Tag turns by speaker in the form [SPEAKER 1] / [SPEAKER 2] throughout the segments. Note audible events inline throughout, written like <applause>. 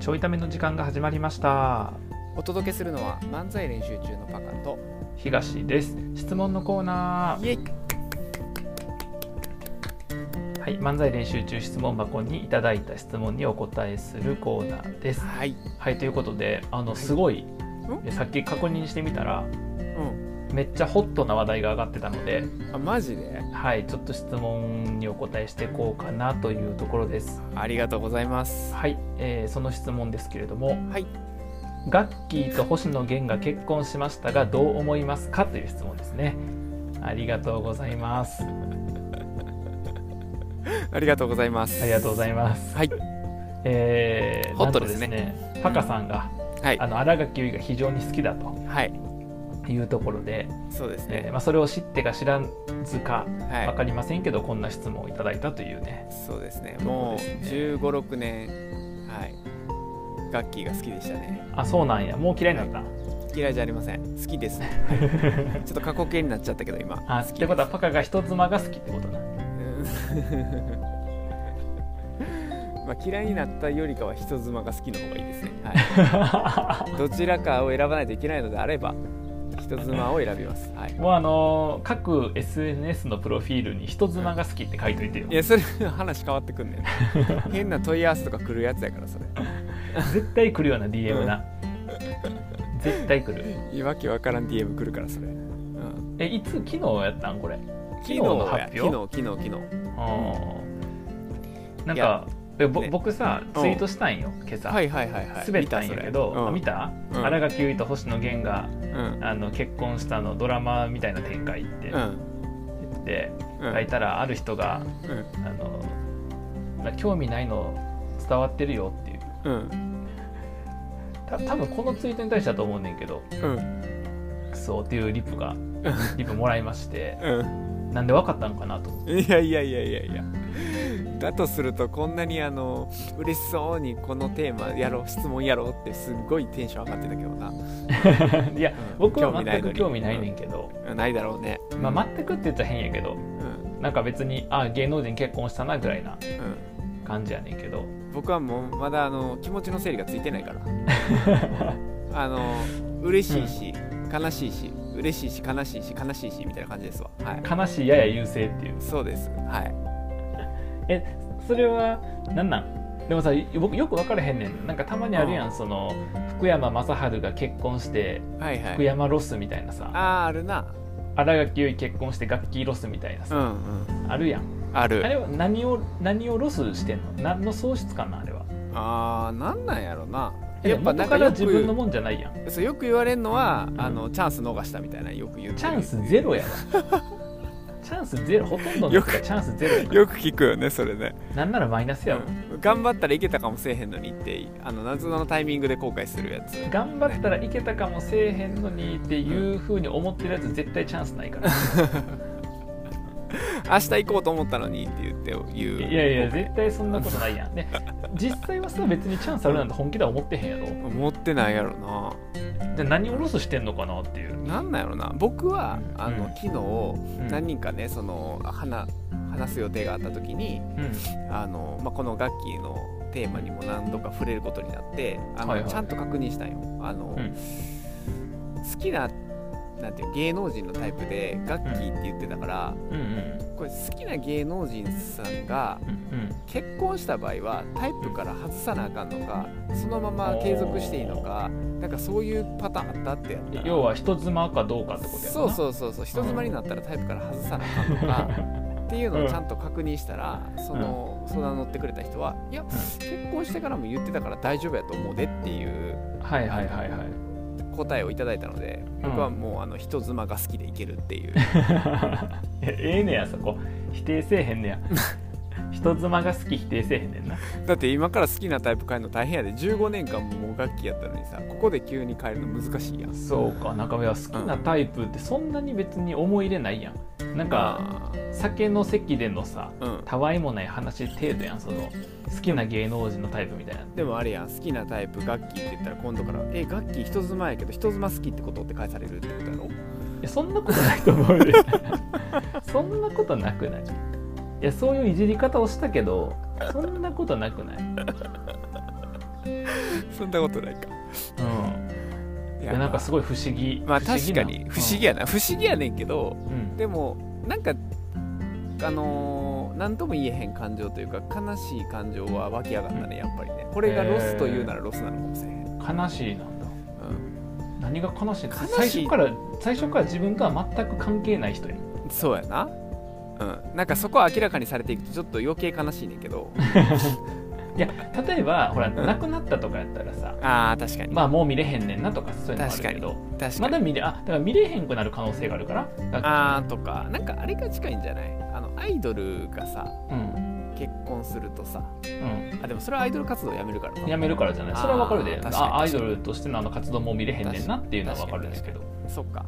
[SPEAKER 1] ちょいための時間が始まりました
[SPEAKER 2] お届けするのは漫才練習中のパカと
[SPEAKER 1] 東です質問のコーナ
[SPEAKER 2] イエイ
[SPEAKER 1] ーはい漫才練習中質問箱にいただいた質問にお答えするコーナーです
[SPEAKER 2] はい、
[SPEAKER 1] はいということであのすごいさっき確認してみたら
[SPEAKER 2] うん、
[SPEAKER 1] めっちゃホットな話題が上がってたので
[SPEAKER 2] あマジで
[SPEAKER 1] はいちょっと質問にお答えしていこうかなというところです
[SPEAKER 2] ありがとうございます
[SPEAKER 1] はい、えーその質問ですけれども
[SPEAKER 2] はい
[SPEAKER 1] ガッキーと星野源が結婚しましたがどう思いますかという質問ですねありがとうございます
[SPEAKER 2] ありがとうございます
[SPEAKER 1] ありがとうござ
[SPEAKER 2] い
[SPEAKER 1] います
[SPEAKER 2] はい
[SPEAKER 1] えー、
[SPEAKER 2] ホット
[SPEAKER 1] なんと
[SPEAKER 2] ですね
[SPEAKER 1] ねパカさんが、
[SPEAKER 2] はい
[SPEAKER 1] あの新垣結衣が非常に好きだと
[SPEAKER 2] はい
[SPEAKER 1] いうところで、
[SPEAKER 2] そうです
[SPEAKER 1] えー
[SPEAKER 2] ね、
[SPEAKER 1] まあ、それを知ってか知らずか分
[SPEAKER 2] は
[SPEAKER 1] かりませんけど、こんな質問をいただいたというね
[SPEAKER 2] いそうですねもう
[SPEAKER 1] そうですね
[SPEAKER 2] 1 5六6年はいガッキーが好きでしたね
[SPEAKER 1] あそうなんやもう嫌いになった、
[SPEAKER 2] 嫌いじゃありません好
[SPEAKER 1] <laughs>
[SPEAKER 2] きです、ちょっと過去形になっちゃったけど今 <laughs>
[SPEAKER 1] あ
[SPEAKER 2] 好
[SPEAKER 1] っ
[SPEAKER 2] き
[SPEAKER 1] てことはパカが人妻が好きってこと
[SPEAKER 2] <laughs>
[SPEAKER 1] な
[SPEAKER 2] うんまあ嫌いになったよりかは人妻が好きの方がいいですね、はい、どちらかを選ばないといけないのであれば人妻を選びます、はい、
[SPEAKER 1] もうあのー各 SNS のプロフィールに人妻が好きって書いといてよ
[SPEAKER 2] いやそれ話変わってくんねん
[SPEAKER 1] <laughs>
[SPEAKER 2] 変な問い合わせとか来るやつやからそれ
[SPEAKER 1] 絶対来るような DM な、絶対来る
[SPEAKER 2] いわけわからん DM 来るからそれ、うん、
[SPEAKER 1] えいつ昨日やったんこれ
[SPEAKER 2] 昨
[SPEAKER 1] 昨日の発
[SPEAKER 2] 昨日
[SPEAKER 1] 表
[SPEAKER 2] 昨日昨日
[SPEAKER 1] あーなん
[SPEAKER 2] いや
[SPEAKER 1] かえぼ
[SPEAKER 2] ね
[SPEAKER 1] 僕さツイートしたんよ今朝、
[SPEAKER 2] はいはいはいはい
[SPEAKER 1] 滑ったんやけどあ見
[SPEAKER 2] 見た
[SPEAKER 1] た,、
[SPEAKER 2] うん
[SPEAKER 1] 新垣結衣と星野源が
[SPEAKER 2] それうん
[SPEAKER 1] あの結婚したのドラマみたいな展開って
[SPEAKER 2] うんう
[SPEAKER 1] 言
[SPEAKER 2] ん
[SPEAKER 1] って、
[SPEAKER 2] うん
[SPEAKER 1] 書いたらある人が
[SPEAKER 2] うん
[SPEAKER 1] あのな興味ないの伝わってるよっていう
[SPEAKER 2] うん
[SPEAKER 1] た多分このツイートに対してだと思うねんけど
[SPEAKER 2] うん
[SPEAKER 1] そうっていうリプがリプもらいまして
[SPEAKER 2] うん
[SPEAKER 1] なんでわかったんかなと思って
[SPEAKER 2] いやいやいやいやいやだとするとこんなにあの嬉しそうにこのテーマやろう質問やろうってすっごいテンション上がってたけどない <laughs>
[SPEAKER 1] や
[SPEAKER 2] うん
[SPEAKER 1] 僕は
[SPEAKER 2] 興味ない
[SPEAKER 1] 全
[SPEAKER 2] の
[SPEAKER 1] く
[SPEAKER 2] に
[SPEAKER 1] 興味ないねんけど、
[SPEAKER 2] ないだろうね
[SPEAKER 1] まあ、全くって言ったら変やけど
[SPEAKER 2] うん
[SPEAKER 1] なんか別にあ芸能人結婚したなぐらいな
[SPEAKER 2] う
[SPEAKER 1] 感じやねんけど
[SPEAKER 2] ん僕はもうまだあの気持ちの整理がついてないから
[SPEAKER 1] <laughs>
[SPEAKER 2] あの嬉しいし、悲しいし嬉しいし悲しいし悲しいしみたいな感じですわはい
[SPEAKER 1] 悲しいやや優勢っていう
[SPEAKER 2] そうですはい
[SPEAKER 1] えそれはなんなんでもさ僕よく分からへんねんなんかたまにあるやんその福山雅治が結婚して
[SPEAKER 2] はいは
[SPEAKER 1] 福
[SPEAKER 2] い
[SPEAKER 1] 山ロスみたいなさ
[SPEAKER 2] あーあるな
[SPEAKER 1] 新垣結衣結婚して楽器ロスみたいな
[SPEAKER 2] う
[SPEAKER 1] さ
[SPEAKER 2] んうん
[SPEAKER 1] あるやん
[SPEAKER 2] あ
[SPEAKER 1] あ
[SPEAKER 2] る
[SPEAKER 1] れは何を何をロスしてんの何の喪失感なんあれは
[SPEAKER 2] あーなんなんやろな
[SPEAKER 1] や
[SPEAKER 2] や
[SPEAKER 1] っ
[SPEAKER 2] っ
[SPEAKER 1] ぱ
[SPEAKER 2] ぱ
[SPEAKER 1] だ
[SPEAKER 2] な
[SPEAKER 1] か
[SPEAKER 2] からよ
[SPEAKER 1] 自分
[SPEAKER 2] く
[SPEAKER 1] のもんじゃないやん
[SPEAKER 2] そうよく言われるのは、
[SPEAKER 1] うん
[SPEAKER 2] あのチャンス逃したみたいなよく言う
[SPEAKER 1] チャンスゼロやわチャンスゼロほとんどの人がチャンスゼロやから
[SPEAKER 2] よく聞くよねそれね、
[SPEAKER 1] なんならマイナスやわ、
[SPEAKER 2] うん頑張ったらいけたかもせえへんのにってあの謎のタイミングで後悔するやつ
[SPEAKER 1] 頑張ったらいけたかもせえへんのにっていうふうに思ってるやつ絶対チャンスない
[SPEAKER 2] <laughs>
[SPEAKER 1] から
[SPEAKER 2] 明日行こうと思ったのにって言って言う
[SPEAKER 1] いやいや絶対そんなことないやんね実際はさ別にチャンスあるなんて本気では思ってへんやろ
[SPEAKER 2] 持ってないやろな
[SPEAKER 1] じゃあ何をロスしてんのかなっていう、
[SPEAKER 2] なんなんやろな僕はあの、
[SPEAKER 1] うん
[SPEAKER 2] 昨日何人かねその話話す予定があった時に
[SPEAKER 1] うん、
[SPEAKER 2] あの、まあ、この楽器のテーマにも何度か触れることになってあの、
[SPEAKER 1] はいはい
[SPEAKER 2] ちゃんと確認したんよあの、
[SPEAKER 1] うん
[SPEAKER 2] 好きななんていう芸能人のタイプで楽器って言ってたから、
[SPEAKER 1] うんうん
[SPEAKER 2] これ好きな芸能人さんが
[SPEAKER 1] うん
[SPEAKER 2] 結婚した場合はタイプから外さなあかんのかそのまま継続していいのかなんかそういうパターンあったってやった
[SPEAKER 1] うん
[SPEAKER 2] ら
[SPEAKER 1] 要は人妻かどうかってことやな
[SPEAKER 2] そうそうそうそう人妻になったらタイプから外さなあかんのか、 <laughs> っていうのをちゃんと確認したら、その相談乗ってくれた人は「いや結婚してからも言ってたから大丈夫やと思うで」っていう
[SPEAKER 1] はいはいはいはい <laughs>
[SPEAKER 2] 答えをいただいたので僕はもうあの人妻が好きでいけるっていう、 <laughs>
[SPEAKER 1] いやええねやそこ否定せえへんね
[SPEAKER 2] <laughs>
[SPEAKER 1] や人妻が好き否定せえへんねんな
[SPEAKER 2] だって今から好きなタイプ変えるの大変やで15年間もう楽器やったのにさここで急に変えるの難しいやん
[SPEAKER 1] そうか中身は好きなタイプってそんなに別に思い入れないやんなんか
[SPEAKER 2] あ
[SPEAKER 1] 酒の席でのさ
[SPEAKER 2] ーうん
[SPEAKER 1] たわいもない話程度やんその好きな芸能人のタイプみたいな
[SPEAKER 2] でもあれやん好きなタイプ楽器って言ったら今度から「え楽器人妻やけど人妻好きってこと?」って返されるってことやろ
[SPEAKER 1] いやそんなことないと思うでそんなことなくないいやそういういじり方をしたけどそんなことなくない
[SPEAKER 2] <laughs> そんなことないか
[SPEAKER 1] うん
[SPEAKER 2] い
[SPEAKER 1] いやなんかすごい不思議
[SPEAKER 2] まあ
[SPEAKER 1] 不思議
[SPEAKER 2] 確
[SPEAKER 1] な
[SPEAKER 2] かに不思議やな不思議やねんけど
[SPEAKER 1] うん
[SPEAKER 2] でもなんかあのーなんとも言えへん感情というか悲しい感情は湧き上がったねやっぱりねこれがロスというならロスなのかもしれへん、
[SPEAKER 1] 悲しいなんだ
[SPEAKER 2] う
[SPEAKER 1] 何が悲しいの
[SPEAKER 2] 悲しい
[SPEAKER 1] 最初から最初から自分とは全く関係ない人やん
[SPEAKER 2] ん、そうやなうん、なんかそこは明らかにされていくとちょっと余計悲しいねん
[SPEAKER 1] <laughs>
[SPEAKER 2] けど
[SPEAKER 1] いや例えばほら
[SPEAKER 2] ん
[SPEAKER 1] 亡くなったとかやったらさ
[SPEAKER 2] あー確かに、
[SPEAKER 1] まあもう見れへんねんなとかそういうのもあるけど
[SPEAKER 2] 確か
[SPEAKER 1] ま
[SPEAKER 2] に
[SPEAKER 1] だ見れあだから見れへんくなる可能性があるからだから
[SPEAKER 2] あーとかなんかあれが近いんじゃないあのアイドルがさ
[SPEAKER 1] うん
[SPEAKER 2] 結婚するとさ
[SPEAKER 1] う
[SPEAKER 2] あでもそれはアイドル活動やめるからなん
[SPEAKER 1] やめるからじゃないそれはわかるで
[SPEAKER 2] あー確かに
[SPEAKER 1] あアイドルとしてのあの活動も見れへんねんなっていうのはわかるんですけど
[SPEAKER 2] そっか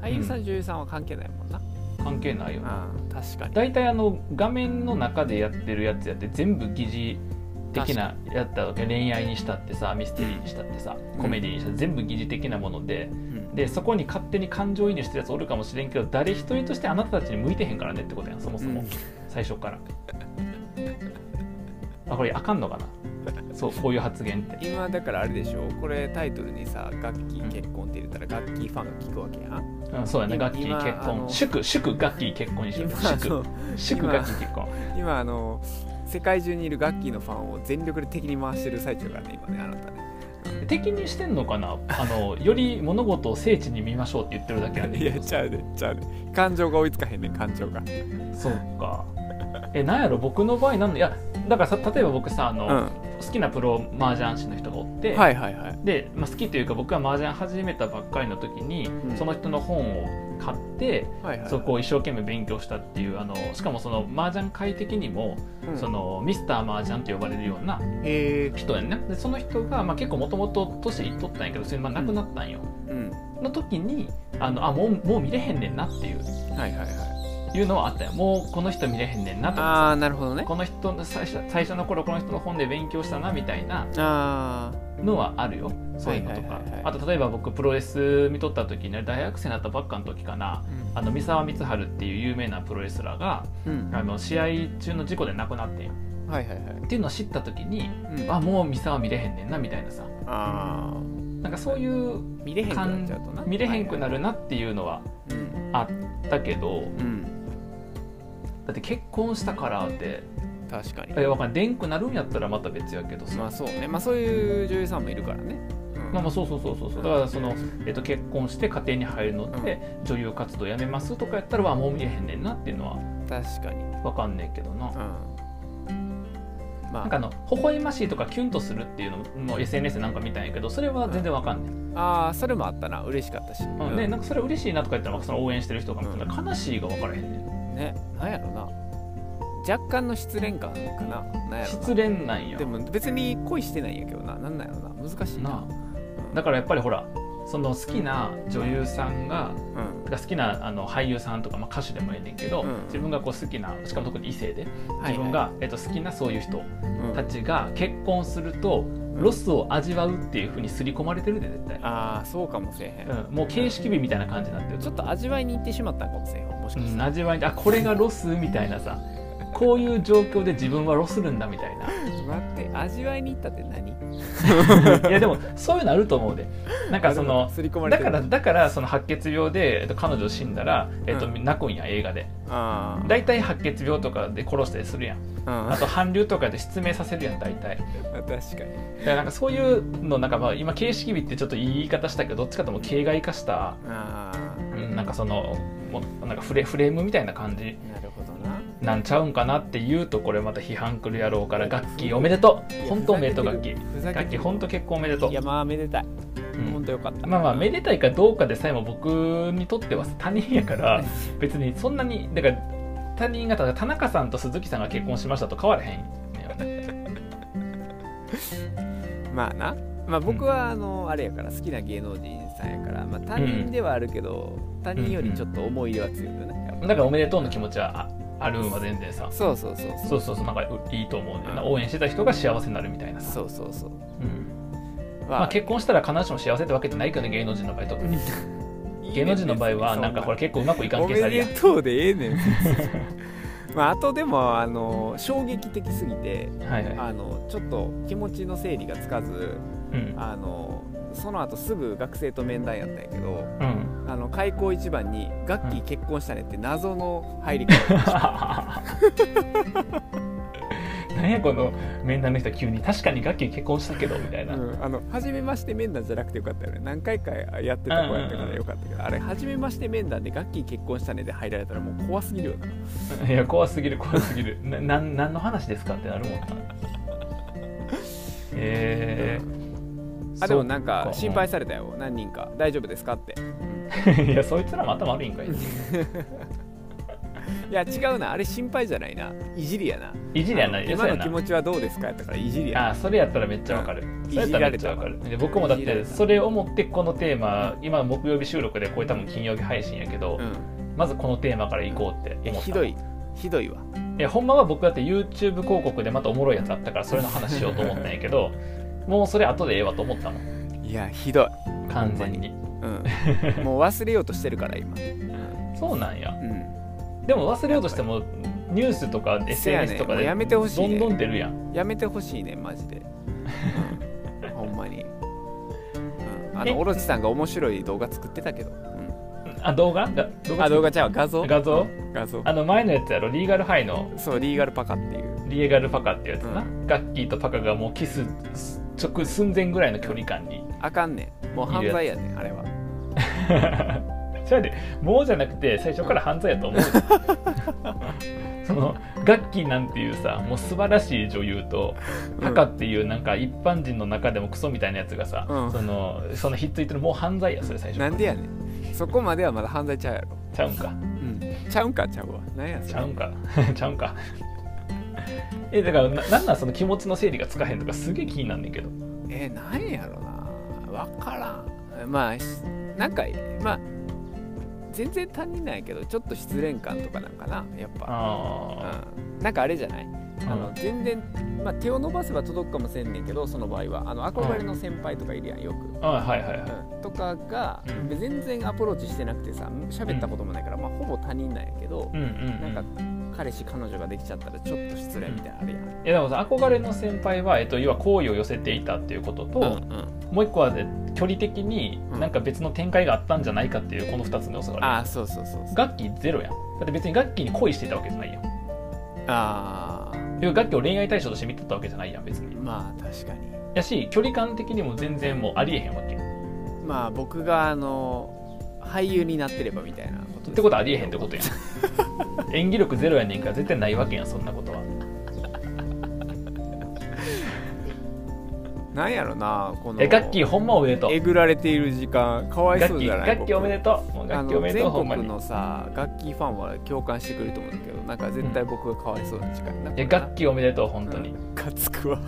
[SPEAKER 2] 俳優さん女優さんは関係ないもんな、
[SPEAKER 1] 関係ないよな
[SPEAKER 2] あー確かに
[SPEAKER 1] 大体あの画面の中でやってるやつやって全部疑似的なやったわけ恋愛にしたってさミステリーにしたってさ
[SPEAKER 2] うん
[SPEAKER 1] コメディにしたって全部疑似的なもので
[SPEAKER 2] うん
[SPEAKER 1] でそこに勝手に感情移入してるやつおるかもしれんけど誰一人としてあなたたちに向いてへんからねってことやんそもそも、
[SPEAKER 2] うん
[SPEAKER 1] 最初からあこれあかんのかなそうこういう発言って
[SPEAKER 2] 今だからあれでしょこれタイトルにさ「楽器結婚」って入れたら楽器ファンが聞くわけやん
[SPEAKER 1] うん、そうやね
[SPEAKER 2] 今
[SPEAKER 1] 楽器結
[SPEAKER 2] あの
[SPEAKER 1] 婚祝祝楽器結婚にしよう
[SPEAKER 2] 今あ
[SPEAKER 1] 祝
[SPEAKER 2] の
[SPEAKER 1] 祝
[SPEAKER 2] 今
[SPEAKER 1] 楽器結婚
[SPEAKER 2] 今あの世界中にいる楽器のファンを全力で敵に回してる最中だからね今ねあなたね
[SPEAKER 1] 敵にしてんのかなあのより物事を精緻に見ましょうって言ってるだけやねん
[SPEAKER 2] い
[SPEAKER 1] け
[SPEAKER 2] や
[SPEAKER 1] ど
[SPEAKER 2] ちゃうでちゃうで感情が追いつかへんねん感情が
[SPEAKER 1] そうかえなんやろ僕の場合なんのいやだからさ例えば僕さあ
[SPEAKER 2] う
[SPEAKER 1] の、
[SPEAKER 2] んは
[SPEAKER 1] 好きなプロ麻雀師の人がおって、
[SPEAKER 2] いはいはい
[SPEAKER 1] で、まあ、好きというか僕は麻雀始めたばっかりの時に、
[SPEAKER 2] うん
[SPEAKER 1] その人の本を買って
[SPEAKER 2] はいはい
[SPEAKER 1] そこを一生懸命勉強したっていうあのしかもその麻雀界的にも、
[SPEAKER 2] うん
[SPEAKER 1] そのミスター麻雀と呼ばれるような
[SPEAKER 2] へえ
[SPEAKER 1] 人やんねでその人が、まあ、結構もともと年いっとったんやけどそれ、まあ、亡くなったんよ、
[SPEAKER 2] うん
[SPEAKER 1] の時にあのあもうもう見れへんねんなっていう
[SPEAKER 2] はいはいはい
[SPEAKER 1] いうのはあったよもうこの人見れへんねんなとか
[SPEAKER 2] ああなるほどね
[SPEAKER 1] この人の最初最初の頃この人の本で勉強したなみたいな
[SPEAKER 2] ああ
[SPEAKER 1] のはあるよそういうのとか
[SPEAKER 2] はいはいはいはい
[SPEAKER 1] あと例えば僕プロレス見とった時に大学生になったばっかの時かなあの三沢光晴っていう有名なプロレスラーが
[SPEAKER 2] うん
[SPEAKER 1] あの試合中の事故で亡くなってん
[SPEAKER 2] はいはいはい
[SPEAKER 1] っていうのを知った時に
[SPEAKER 2] うん
[SPEAKER 1] あもう三沢見れへんねんなみたいなさ
[SPEAKER 2] あー
[SPEAKER 1] なんかそういう
[SPEAKER 2] 見れへんくなっちゃうとな
[SPEAKER 1] 見れへんくな
[SPEAKER 2] る
[SPEAKER 1] るなっていうのは
[SPEAKER 2] うん
[SPEAKER 1] あったけど
[SPEAKER 2] うん
[SPEAKER 1] だって結婚したからって
[SPEAKER 2] 確かに
[SPEAKER 1] えわかんないでんくなるんやったらまた別やけどさ、
[SPEAKER 2] まあそうねまあそういう女優さんもいるからね、うん
[SPEAKER 1] まあまあそうそうそうそうそうだからその、えっと、結婚して家庭に入るので、女優活動やめますとかやったらわあもう見えへんねんなっていうのは
[SPEAKER 2] 確かにうん
[SPEAKER 1] わかんねえけどな。
[SPEAKER 2] ま
[SPEAKER 1] なんかあの微笑ましいとかキュンとするっていうのも SNS なんか見たんやけどそれは全然わかんね
[SPEAKER 2] ああーそれもあったな嬉しかったし、
[SPEAKER 1] え、うんでなんかそれ嬉しいなとか言ったらその応援してる人が見たら悲しいが分からへんねん
[SPEAKER 2] ねなんやろな若干の失恋感かななんやろ
[SPEAKER 1] 失恋なん
[SPEAKER 2] な
[SPEAKER 1] よ
[SPEAKER 2] でも別に恋してないんやけどななんなんやろな難しい
[SPEAKER 1] な
[SPEAKER 2] な
[SPEAKER 1] あだからやっぱりほらその好きな女優さんが
[SPEAKER 2] うん
[SPEAKER 1] が好きなあの俳優さんとか、まあ、歌手でもいいねんけど、
[SPEAKER 2] うん
[SPEAKER 1] 自分がこう好きなしかも特に異性で
[SPEAKER 2] はいはい
[SPEAKER 1] 自分が、えっと、好きなそういう人
[SPEAKER 2] うん
[SPEAKER 1] たちが結婚するとロスを味わうっていうふうに刷り込まれてるで絶対、
[SPEAKER 2] ああそうかもしれへん、
[SPEAKER 1] うん、もう形式美みたいな感じになってる
[SPEAKER 2] ちょっと味わいに行ってしまったんかもしれへんもし
[SPEAKER 1] う
[SPEAKER 2] かした
[SPEAKER 1] ん、
[SPEAKER 2] ら、
[SPEAKER 1] 味わいにあこれがロスみたいなさこういう状況で自分はロスるんだみたいな
[SPEAKER 2] 待って味わいに行ったって何
[SPEAKER 1] いやでもそういうのあると思うでなんかその
[SPEAKER 2] 刷り込まれ
[SPEAKER 1] だ
[SPEAKER 2] て
[SPEAKER 1] か
[SPEAKER 2] る
[SPEAKER 1] らだからその白血病で、えっと、彼女死んだら、えっと
[SPEAKER 2] う
[SPEAKER 1] 泣くんや映画で
[SPEAKER 2] あー
[SPEAKER 1] 大体白血病とかで殺したりするやん
[SPEAKER 2] うん
[SPEAKER 1] あと韓流とかで失明させるやん大体
[SPEAKER 2] <laughs> 確かに
[SPEAKER 1] だからなんかそういうのなんかまあ今形式美ってちょっといい言い方したけどどっちかとも形骸化した、
[SPEAKER 2] あ
[SPEAKER 1] うん、なんかそのもうなんかフレフレームみたいな感じ
[SPEAKER 2] あなるほどな
[SPEAKER 1] なんちゃうんかなって言うとこれまた批判くるやろうから楽器おめでとう本当おめでとう楽器
[SPEAKER 2] ふざけ
[SPEAKER 1] 楽
[SPEAKER 2] て
[SPEAKER 1] 器
[SPEAKER 2] る
[SPEAKER 1] 本当結婚おめでとう
[SPEAKER 2] いやまあめでたい、
[SPEAKER 1] うん
[SPEAKER 2] 本当よかった
[SPEAKER 1] まあまあめでたいかどうかでさえも僕にとっては他人やから別にそんなにだから他人がただ田中さんと鈴木さんが結婚しましたと変わらへんよね
[SPEAKER 2] まあなまあ僕はあのあれやから好きな芸能人さんやから、まあ、他人ではあるけど、他人よりちょっと思い入れは強いよね、やっぱ
[SPEAKER 1] だからおめでとうの気持ちはああるんは全然さ
[SPEAKER 2] そうそうそう
[SPEAKER 1] そうそうそうなんかいいと思うね、
[SPEAKER 2] うん
[SPEAKER 1] 応援してた人が幸せになるみたいなさ、
[SPEAKER 2] そうそうそう
[SPEAKER 1] うん
[SPEAKER 2] ま
[SPEAKER 1] まあ、結婚したら必ずしも幸せってわけじゃないけどね芸能人の場合特に芸能人の場合はなんかほら結構うまくいかん
[SPEAKER 2] お
[SPEAKER 1] け
[SPEAKER 2] め
[SPEAKER 1] さりや
[SPEAKER 2] で
[SPEAKER 1] ん
[SPEAKER 2] とうでええねん <laughs> まあ、あとでもあの衝撃的すぎて
[SPEAKER 1] はいはい
[SPEAKER 2] あのちょっと気持ちの整理がつかず
[SPEAKER 1] うん
[SPEAKER 2] あのその後すぐ学生と面談やったんやけど
[SPEAKER 1] うん
[SPEAKER 2] あの開口一番に「ガッキー結婚したね」って謎の入り方
[SPEAKER 1] 何やこの面談の人は急に確かにガッキー結婚したけどみたいな、
[SPEAKER 2] うん、あの初めまして面談じゃなくてよかったよね何回かやってた子やったからよかったけどあれ初めまして面談でガッキー結婚したねで入られたらもう怖すぎるよない
[SPEAKER 1] や怖すぎる怖すぎるななん何の話ですかってなる
[SPEAKER 2] <laughs>
[SPEAKER 1] もんなえー、
[SPEAKER 2] あで
[SPEAKER 1] そ
[SPEAKER 2] も
[SPEAKER 1] う
[SPEAKER 2] なんか心配されたよ何人か大丈夫ですかって
[SPEAKER 1] いやそいつらも頭悪いんかい
[SPEAKER 2] いや違うなあれ心配じゃないないじりやな
[SPEAKER 1] 意地ではない
[SPEAKER 2] 今
[SPEAKER 1] や
[SPEAKER 2] の気持ちはどうですかやったからいじりや
[SPEAKER 1] ああそれやったらめっちゃわかる、
[SPEAKER 2] ん
[SPEAKER 1] それやったらめっちゃわかるで僕もだっ
[SPEAKER 2] いじられ
[SPEAKER 1] て
[SPEAKER 2] た
[SPEAKER 1] それをもってこのテーマ今木曜日収録でこれ多分金曜日配信やけど、
[SPEAKER 2] うん
[SPEAKER 1] まずこのテーマから行こうって思っ
[SPEAKER 2] い
[SPEAKER 1] た
[SPEAKER 2] やひどいひどいわ
[SPEAKER 1] いやほんまは僕だって YouTube 広告でまたおもろいやつあったからそれの話しようと思ったんやけどもうそれ後でええわと思ったもん
[SPEAKER 2] いやひどい
[SPEAKER 1] 完全に <laughs>
[SPEAKER 2] うんもう忘れようとしてるから今
[SPEAKER 1] そうなんや
[SPEAKER 2] うん
[SPEAKER 1] でも忘れようとしてもニュースとか
[SPEAKER 2] せや
[SPEAKER 1] SNS
[SPEAKER 2] ね
[SPEAKER 1] と
[SPEAKER 2] も
[SPEAKER 1] か
[SPEAKER 2] う
[SPEAKER 1] で
[SPEAKER 2] やめてほし
[SPEAKER 1] ど
[SPEAKER 2] い
[SPEAKER 1] んどん
[SPEAKER 2] ね
[SPEAKER 1] 出るやん
[SPEAKER 2] やめてほしいねマジで、
[SPEAKER 1] <laughs>
[SPEAKER 2] うん、ほんまに、うん、あ
[SPEAKER 1] え
[SPEAKER 2] のオロチさんが面白い動画作ってたけど、うん、
[SPEAKER 1] あ動画が動
[SPEAKER 2] あ
[SPEAKER 1] 画
[SPEAKER 2] 動画ちゃうわ画像
[SPEAKER 1] 画像
[SPEAKER 2] 画像
[SPEAKER 1] あの前のやつやろリーガルハイの
[SPEAKER 2] そうリーガルパカっていう
[SPEAKER 1] リーガルパカってやつな、
[SPEAKER 2] う
[SPEAKER 1] ガッキーとパカがもうキス直寸前ぐらいの距離感に <laughs>
[SPEAKER 2] あかんねんもう犯罪やねんあれは
[SPEAKER 1] それでもうじゃなくて最初から犯罪やと思う <laughs> そのガッキーなんていうさもう素晴らしい女優とパカっていうなんか一般人の中でもクソみたいなやつがさ、
[SPEAKER 2] うん
[SPEAKER 1] そのそのひっついてるもう犯罪やそれ最初
[SPEAKER 2] なんでやねんそこまではまだ犯罪ちゃうやろ、
[SPEAKER 1] ちゃうんか
[SPEAKER 2] うん、ちゃうんかちゃうわなんやそれ
[SPEAKER 1] ちゃうんか <laughs> ちゃうんかえだからななんなんその気持ちの整理がつかへんとかすげえ気になんねんけど
[SPEAKER 2] えー、何やろな分からんまあしなんかまあ全然他人なんやけどちょっと失恋感とかなんかなやっぱ、
[SPEAKER 1] あ
[SPEAKER 2] うん、なんかあれじゃない
[SPEAKER 1] ー
[SPEAKER 2] あの全然、まあ、手を伸ばせば届くかもしれんねんけどその場合はあの憧れの先輩とかいるやんよく、
[SPEAKER 1] うんあはいはいはい
[SPEAKER 2] うん、とかが
[SPEAKER 1] うん
[SPEAKER 2] 全然アプローチしてなくてさ喋ったこともないから、まあ、ほぼ他人なんやけど
[SPEAKER 1] う、んうん、う
[SPEAKER 2] なんんか彼氏彼女ができちゃったらちょっと失恋みたいなのあるやん、
[SPEAKER 1] えでもさ憧れの先輩は、えっと、要は好意を寄せていたっていうことと、
[SPEAKER 2] うんうん
[SPEAKER 1] もう一個は、ね、距離的に
[SPEAKER 2] うん
[SPEAKER 1] なんか別の展開があったんじゃないかっていうこの2つの要素があ
[SPEAKER 2] ああそうそうそうそ
[SPEAKER 1] る
[SPEAKER 2] う
[SPEAKER 1] ガッキーゼロやんだって別にガッキーに恋してたわけじゃないやん
[SPEAKER 2] ああ
[SPEAKER 1] 要はガッキーを恋愛対象として見てたわけじゃないやん別に
[SPEAKER 2] まあ確かに
[SPEAKER 1] やし距離感的にも全然もうありえへんわけっ
[SPEAKER 2] まあ僕があの俳優になってればみたいなこと
[SPEAKER 1] てことはありえへんってことやん
[SPEAKER 2] <laughs>
[SPEAKER 1] 演技力ゼロやねんから絶対ないわけやんそんなことは
[SPEAKER 2] なんやろなこの
[SPEAKER 1] えガッキーほんまおめでとう
[SPEAKER 2] えぐられている時間かわい
[SPEAKER 1] ガ
[SPEAKER 2] そ
[SPEAKER 1] ッ
[SPEAKER 2] う
[SPEAKER 1] キ
[SPEAKER 2] じゃ
[SPEAKER 1] ー
[SPEAKER 2] ない
[SPEAKER 1] ガッキーおめで
[SPEAKER 2] と
[SPEAKER 1] とうもうガ
[SPEAKER 2] あ
[SPEAKER 1] ッキーお
[SPEAKER 2] の
[SPEAKER 1] めでとう
[SPEAKER 2] 全
[SPEAKER 1] ほんまに
[SPEAKER 2] 国のさ楽器ファンは共感してくれると思うんだけどなんか絶対僕がかわいそうな時間になっ
[SPEAKER 1] いやガッキーおめでとう本当に、
[SPEAKER 2] かつくわ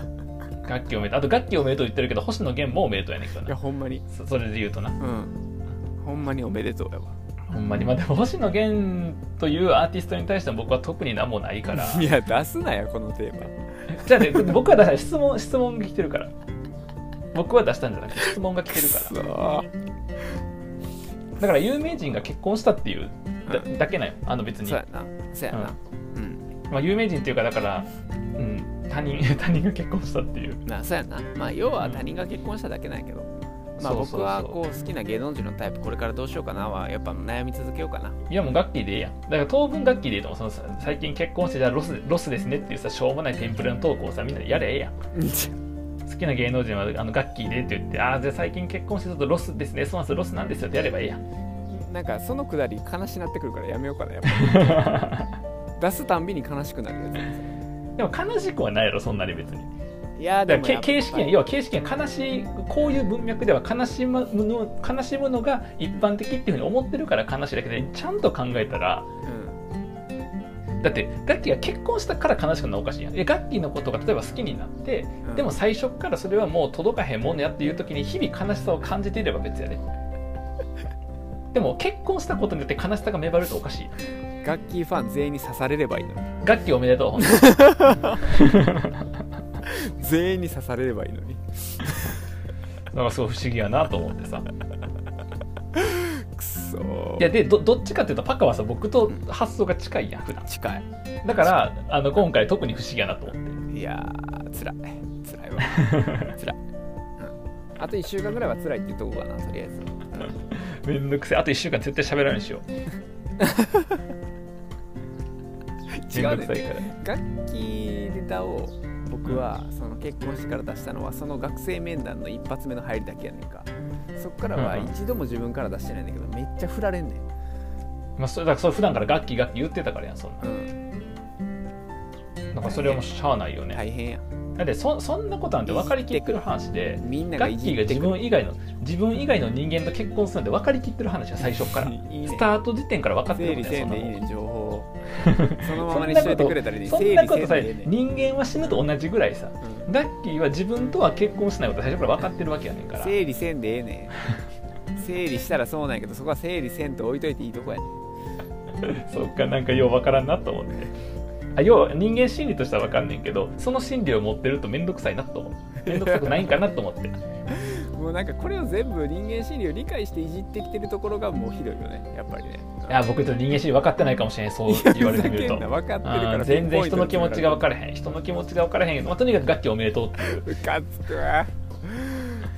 [SPEAKER 1] ガッキーおめでとうあとガッキーおめでとう言ってるけど星野源もおめでとうやねんけど
[SPEAKER 2] い
[SPEAKER 1] な
[SPEAKER 2] やほんまに
[SPEAKER 1] そそれで言うとな
[SPEAKER 2] うんほんまにおめでとうやわ
[SPEAKER 1] ほんまにまあでも星野源というアーティストに対しては僕は特に何もないから
[SPEAKER 2] いや出すなよこのテー
[SPEAKER 1] じゃあね僕は出した質問質問が来てるから僕は出したんじゃなくて質問が来てるか
[SPEAKER 2] マそう
[SPEAKER 1] らだから有名人が結婚したっていうだ,、
[SPEAKER 2] う
[SPEAKER 1] だけなんよあの別に
[SPEAKER 2] そうやなそうやなうん、
[SPEAKER 1] まあ、有名人っていうかだから、うん、他人 <laughs> 他人が結婚したっていう
[SPEAKER 2] まあそうやなまあ要は他人が結婚しただけなんやけどまあ
[SPEAKER 1] そうそうそう
[SPEAKER 2] 僕はこう好きな芸能人のタイプこれからどうしようかなはやっぱ悩み続けよう
[SPEAKER 1] <laughs>
[SPEAKER 2] かない
[SPEAKER 1] やもう楽器でええやんだから当分楽器でいいと思うそのさ最近結婚してじゃあロスロスですねっていうさしょうもないテンプレのトークをさみんなでやれええやん好きな芸能人はあのガッキーでって言って、ああ、じゃあ最近結婚してちょっとロスですね、そうなんですよ、ロスなんですよってやればいいや
[SPEAKER 2] <laughs>
[SPEAKER 1] ん。
[SPEAKER 2] なんかそのくだり悲しなってくるからやめようかなやっぱ出すたんびに悲しくなるや
[SPEAKER 1] でも悲しくはないやろ、そんなに別に。
[SPEAKER 2] ついやで
[SPEAKER 1] だ
[SPEAKER 2] も
[SPEAKER 1] から
[SPEAKER 2] や
[SPEAKER 1] け
[SPEAKER 2] っぱ
[SPEAKER 1] 形式や、要は形式や悲しい、こういう文脈では悲しむの悲しむのが一般的っていうふうに思ってるから悲しいだけで、ちゃんと考えたら、
[SPEAKER 2] うん
[SPEAKER 1] だってガッキーが結婚したから悲しくなるのはおかしいやん。いやガッキーのことが例えば好きになって、
[SPEAKER 2] うん
[SPEAKER 1] でも最初からそれはもう届かへんもんやっていう時に日々悲しさを感じていれば別やで。でも結婚したことによって悲しさが芽生えるとおかしいやん。
[SPEAKER 2] 楽器ファン全員に刺されればいいのに
[SPEAKER 1] 楽器おめでとう。
[SPEAKER 2] 全員に刺されればいいのに
[SPEAKER 1] なんかすごい不思議やなと思ってさ
[SPEAKER 2] くそー
[SPEAKER 1] いやでどどっちかっていうとパカはさ僕と発想が近いやん普段
[SPEAKER 2] 近い
[SPEAKER 1] だからあの今回特に不思議やなと思って
[SPEAKER 2] いやー辛い辛いわ
[SPEAKER 1] <laughs>
[SPEAKER 2] 辛い、うん、あと1週間ぐらいは辛いっていうとこかなとりあえ
[SPEAKER 1] <laughs>
[SPEAKER 2] ず
[SPEAKER 1] めんどくせえあと1週間絶対喋らないしよう
[SPEAKER 2] 違
[SPEAKER 1] め
[SPEAKER 2] うん
[SPEAKER 1] どく
[SPEAKER 2] ね
[SPEAKER 1] さいから
[SPEAKER 2] 楽器ネタを僕はその結婚してから出したのはその学生面談の一発目の入りだけやねんかそっからは
[SPEAKER 1] うんうん
[SPEAKER 2] 一度も自分から出してないんだけどめっちゃ振られんねん、
[SPEAKER 1] まあ、それだからそれ普段から楽器楽器言ってたからやんそん
[SPEAKER 2] うん、
[SPEAKER 1] ななんかそれはもうしゃあないよね、
[SPEAKER 2] 大変や
[SPEAKER 1] だってそそんなことなんて分かりきってる話で
[SPEAKER 2] みんなが
[SPEAKER 1] ガ
[SPEAKER 2] い
[SPEAKER 1] ッ
[SPEAKER 2] じ
[SPEAKER 1] キーが
[SPEAKER 2] って
[SPEAKER 1] 自
[SPEAKER 2] くる
[SPEAKER 1] 分以外の自分以外の人間と結婚するなんて分かりきってる話は最初から
[SPEAKER 2] いいね
[SPEAKER 1] スタート時点から分かって
[SPEAKER 2] 整
[SPEAKER 1] る
[SPEAKER 2] 理
[SPEAKER 1] ことや
[SPEAKER 2] せ
[SPEAKER 1] そ
[SPEAKER 2] ん
[SPEAKER 1] ん
[SPEAKER 2] で
[SPEAKER 1] ない
[SPEAKER 2] い
[SPEAKER 1] もん
[SPEAKER 2] ねん情報
[SPEAKER 1] <laughs>
[SPEAKER 2] をそのままにしといてくれたらいいね
[SPEAKER 1] そん
[SPEAKER 2] 整
[SPEAKER 1] な
[SPEAKER 2] 理
[SPEAKER 1] こ
[SPEAKER 2] せ
[SPEAKER 1] と
[SPEAKER 2] ん
[SPEAKER 1] さ
[SPEAKER 2] でいいねん
[SPEAKER 1] 人間は死ぬと同じぐらいさ
[SPEAKER 2] うん
[SPEAKER 1] ガッキーは自分とは結婚しないこと最初から分かってるわけやねんから
[SPEAKER 2] 整理せんでええねん整理したらそうなんやけどそこは整理せんと置いといていいとこやねん
[SPEAKER 1] そっかなんかよう分からんなと思ってあ要は人間心理としては分かんねんけどその心理を持ってると面倒くさいなと思って面倒くさくないんかなと思っ
[SPEAKER 2] <laughs>
[SPEAKER 1] て
[SPEAKER 2] もうなんかこれを全部人間心理を理解していじってきてるところがもうひどいよねやっぱりね
[SPEAKER 1] いや僕ちょっと人間心理分かってないかもしれないそう言われてみる
[SPEAKER 2] ふざけ
[SPEAKER 1] と
[SPEAKER 2] んな <laughs> 分かってるか
[SPEAKER 1] あー
[SPEAKER 2] ら
[SPEAKER 1] 全然人の気持ちが分
[SPEAKER 2] か
[SPEAKER 1] からへん人の気持ちが分からへんけど、まあ、とにかく楽器おめでとうっていう
[SPEAKER 2] るかつくわ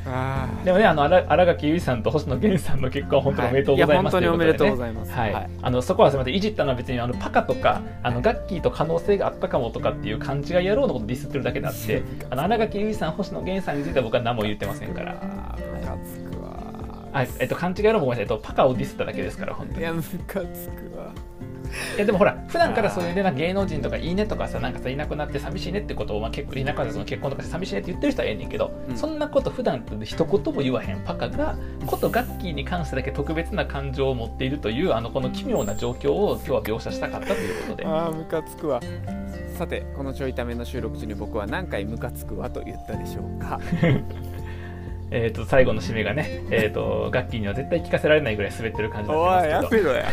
[SPEAKER 2] あー
[SPEAKER 1] でもねあの荒荒垣結衣さんと星野源さんの結婚は本当におめでとうございます
[SPEAKER 2] は
[SPEAKER 1] と
[SPEAKER 2] いい
[SPEAKER 1] いうことで
[SPEAKER 2] や本当におめでとうご
[SPEAKER 1] ね
[SPEAKER 2] ざいます
[SPEAKER 1] はい、あのそこはすみませんいじったのは別にあのパカとかあのガッキーと可能性があったかもとかっていう勘違い野郎のことをディスってるだけであってあの荒垣結衣さん星野源さんについては僕は何も言ってませんから、
[SPEAKER 2] あームカつくわ
[SPEAKER 1] はいえっと、勘違い野郎もごめんなさい、えっと、パカをディスっただけですから本当に
[SPEAKER 2] いやムカつくわ
[SPEAKER 1] いやでもほら普段からそういうねなんか芸能人とかいいねとかさなんかさいなくなって寂しいねってことを、まあ、結構いなくなってその結婚とかして寂しいねって言ってる人はええねんけど、
[SPEAKER 2] うん
[SPEAKER 1] そんなこと普段って一言も言わへんパカがことガッキーに関してだけ特別な感情を持っているというあのこの奇妙な状況を今日は描写したかったということで
[SPEAKER 2] あームカつくわさてこのちょいための収録中に僕は何回ムカつくわと言ったでしょうか
[SPEAKER 1] えーと最後の締めがね、えー、とガッキーには絶対聞かせられないぐらい滑ってる感じに
[SPEAKER 2] <laughs> お
[SPEAKER 1] なっ
[SPEAKER 2] い
[SPEAKER 1] て
[SPEAKER 2] や
[SPEAKER 1] ますけど。
[SPEAKER 2] めろや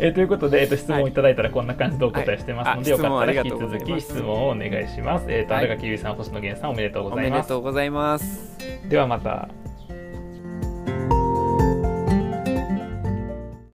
[SPEAKER 1] えーということで、えー、と質問いただいたらこんな感じでお答えしてますので、
[SPEAKER 2] はいあ
[SPEAKER 1] よかったら引き
[SPEAKER 2] 質問ありがとうござ
[SPEAKER 1] 続
[SPEAKER 2] いま
[SPEAKER 1] き
[SPEAKER 2] す
[SPEAKER 1] 質問をお願いします。えーと
[SPEAKER 2] はい
[SPEAKER 1] 荒垣結衣さん、星野源さんおめでとうご
[SPEAKER 2] お
[SPEAKER 1] ざい
[SPEAKER 2] め
[SPEAKER 1] ま。
[SPEAKER 2] ですとうございます
[SPEAKER 1] ではまた。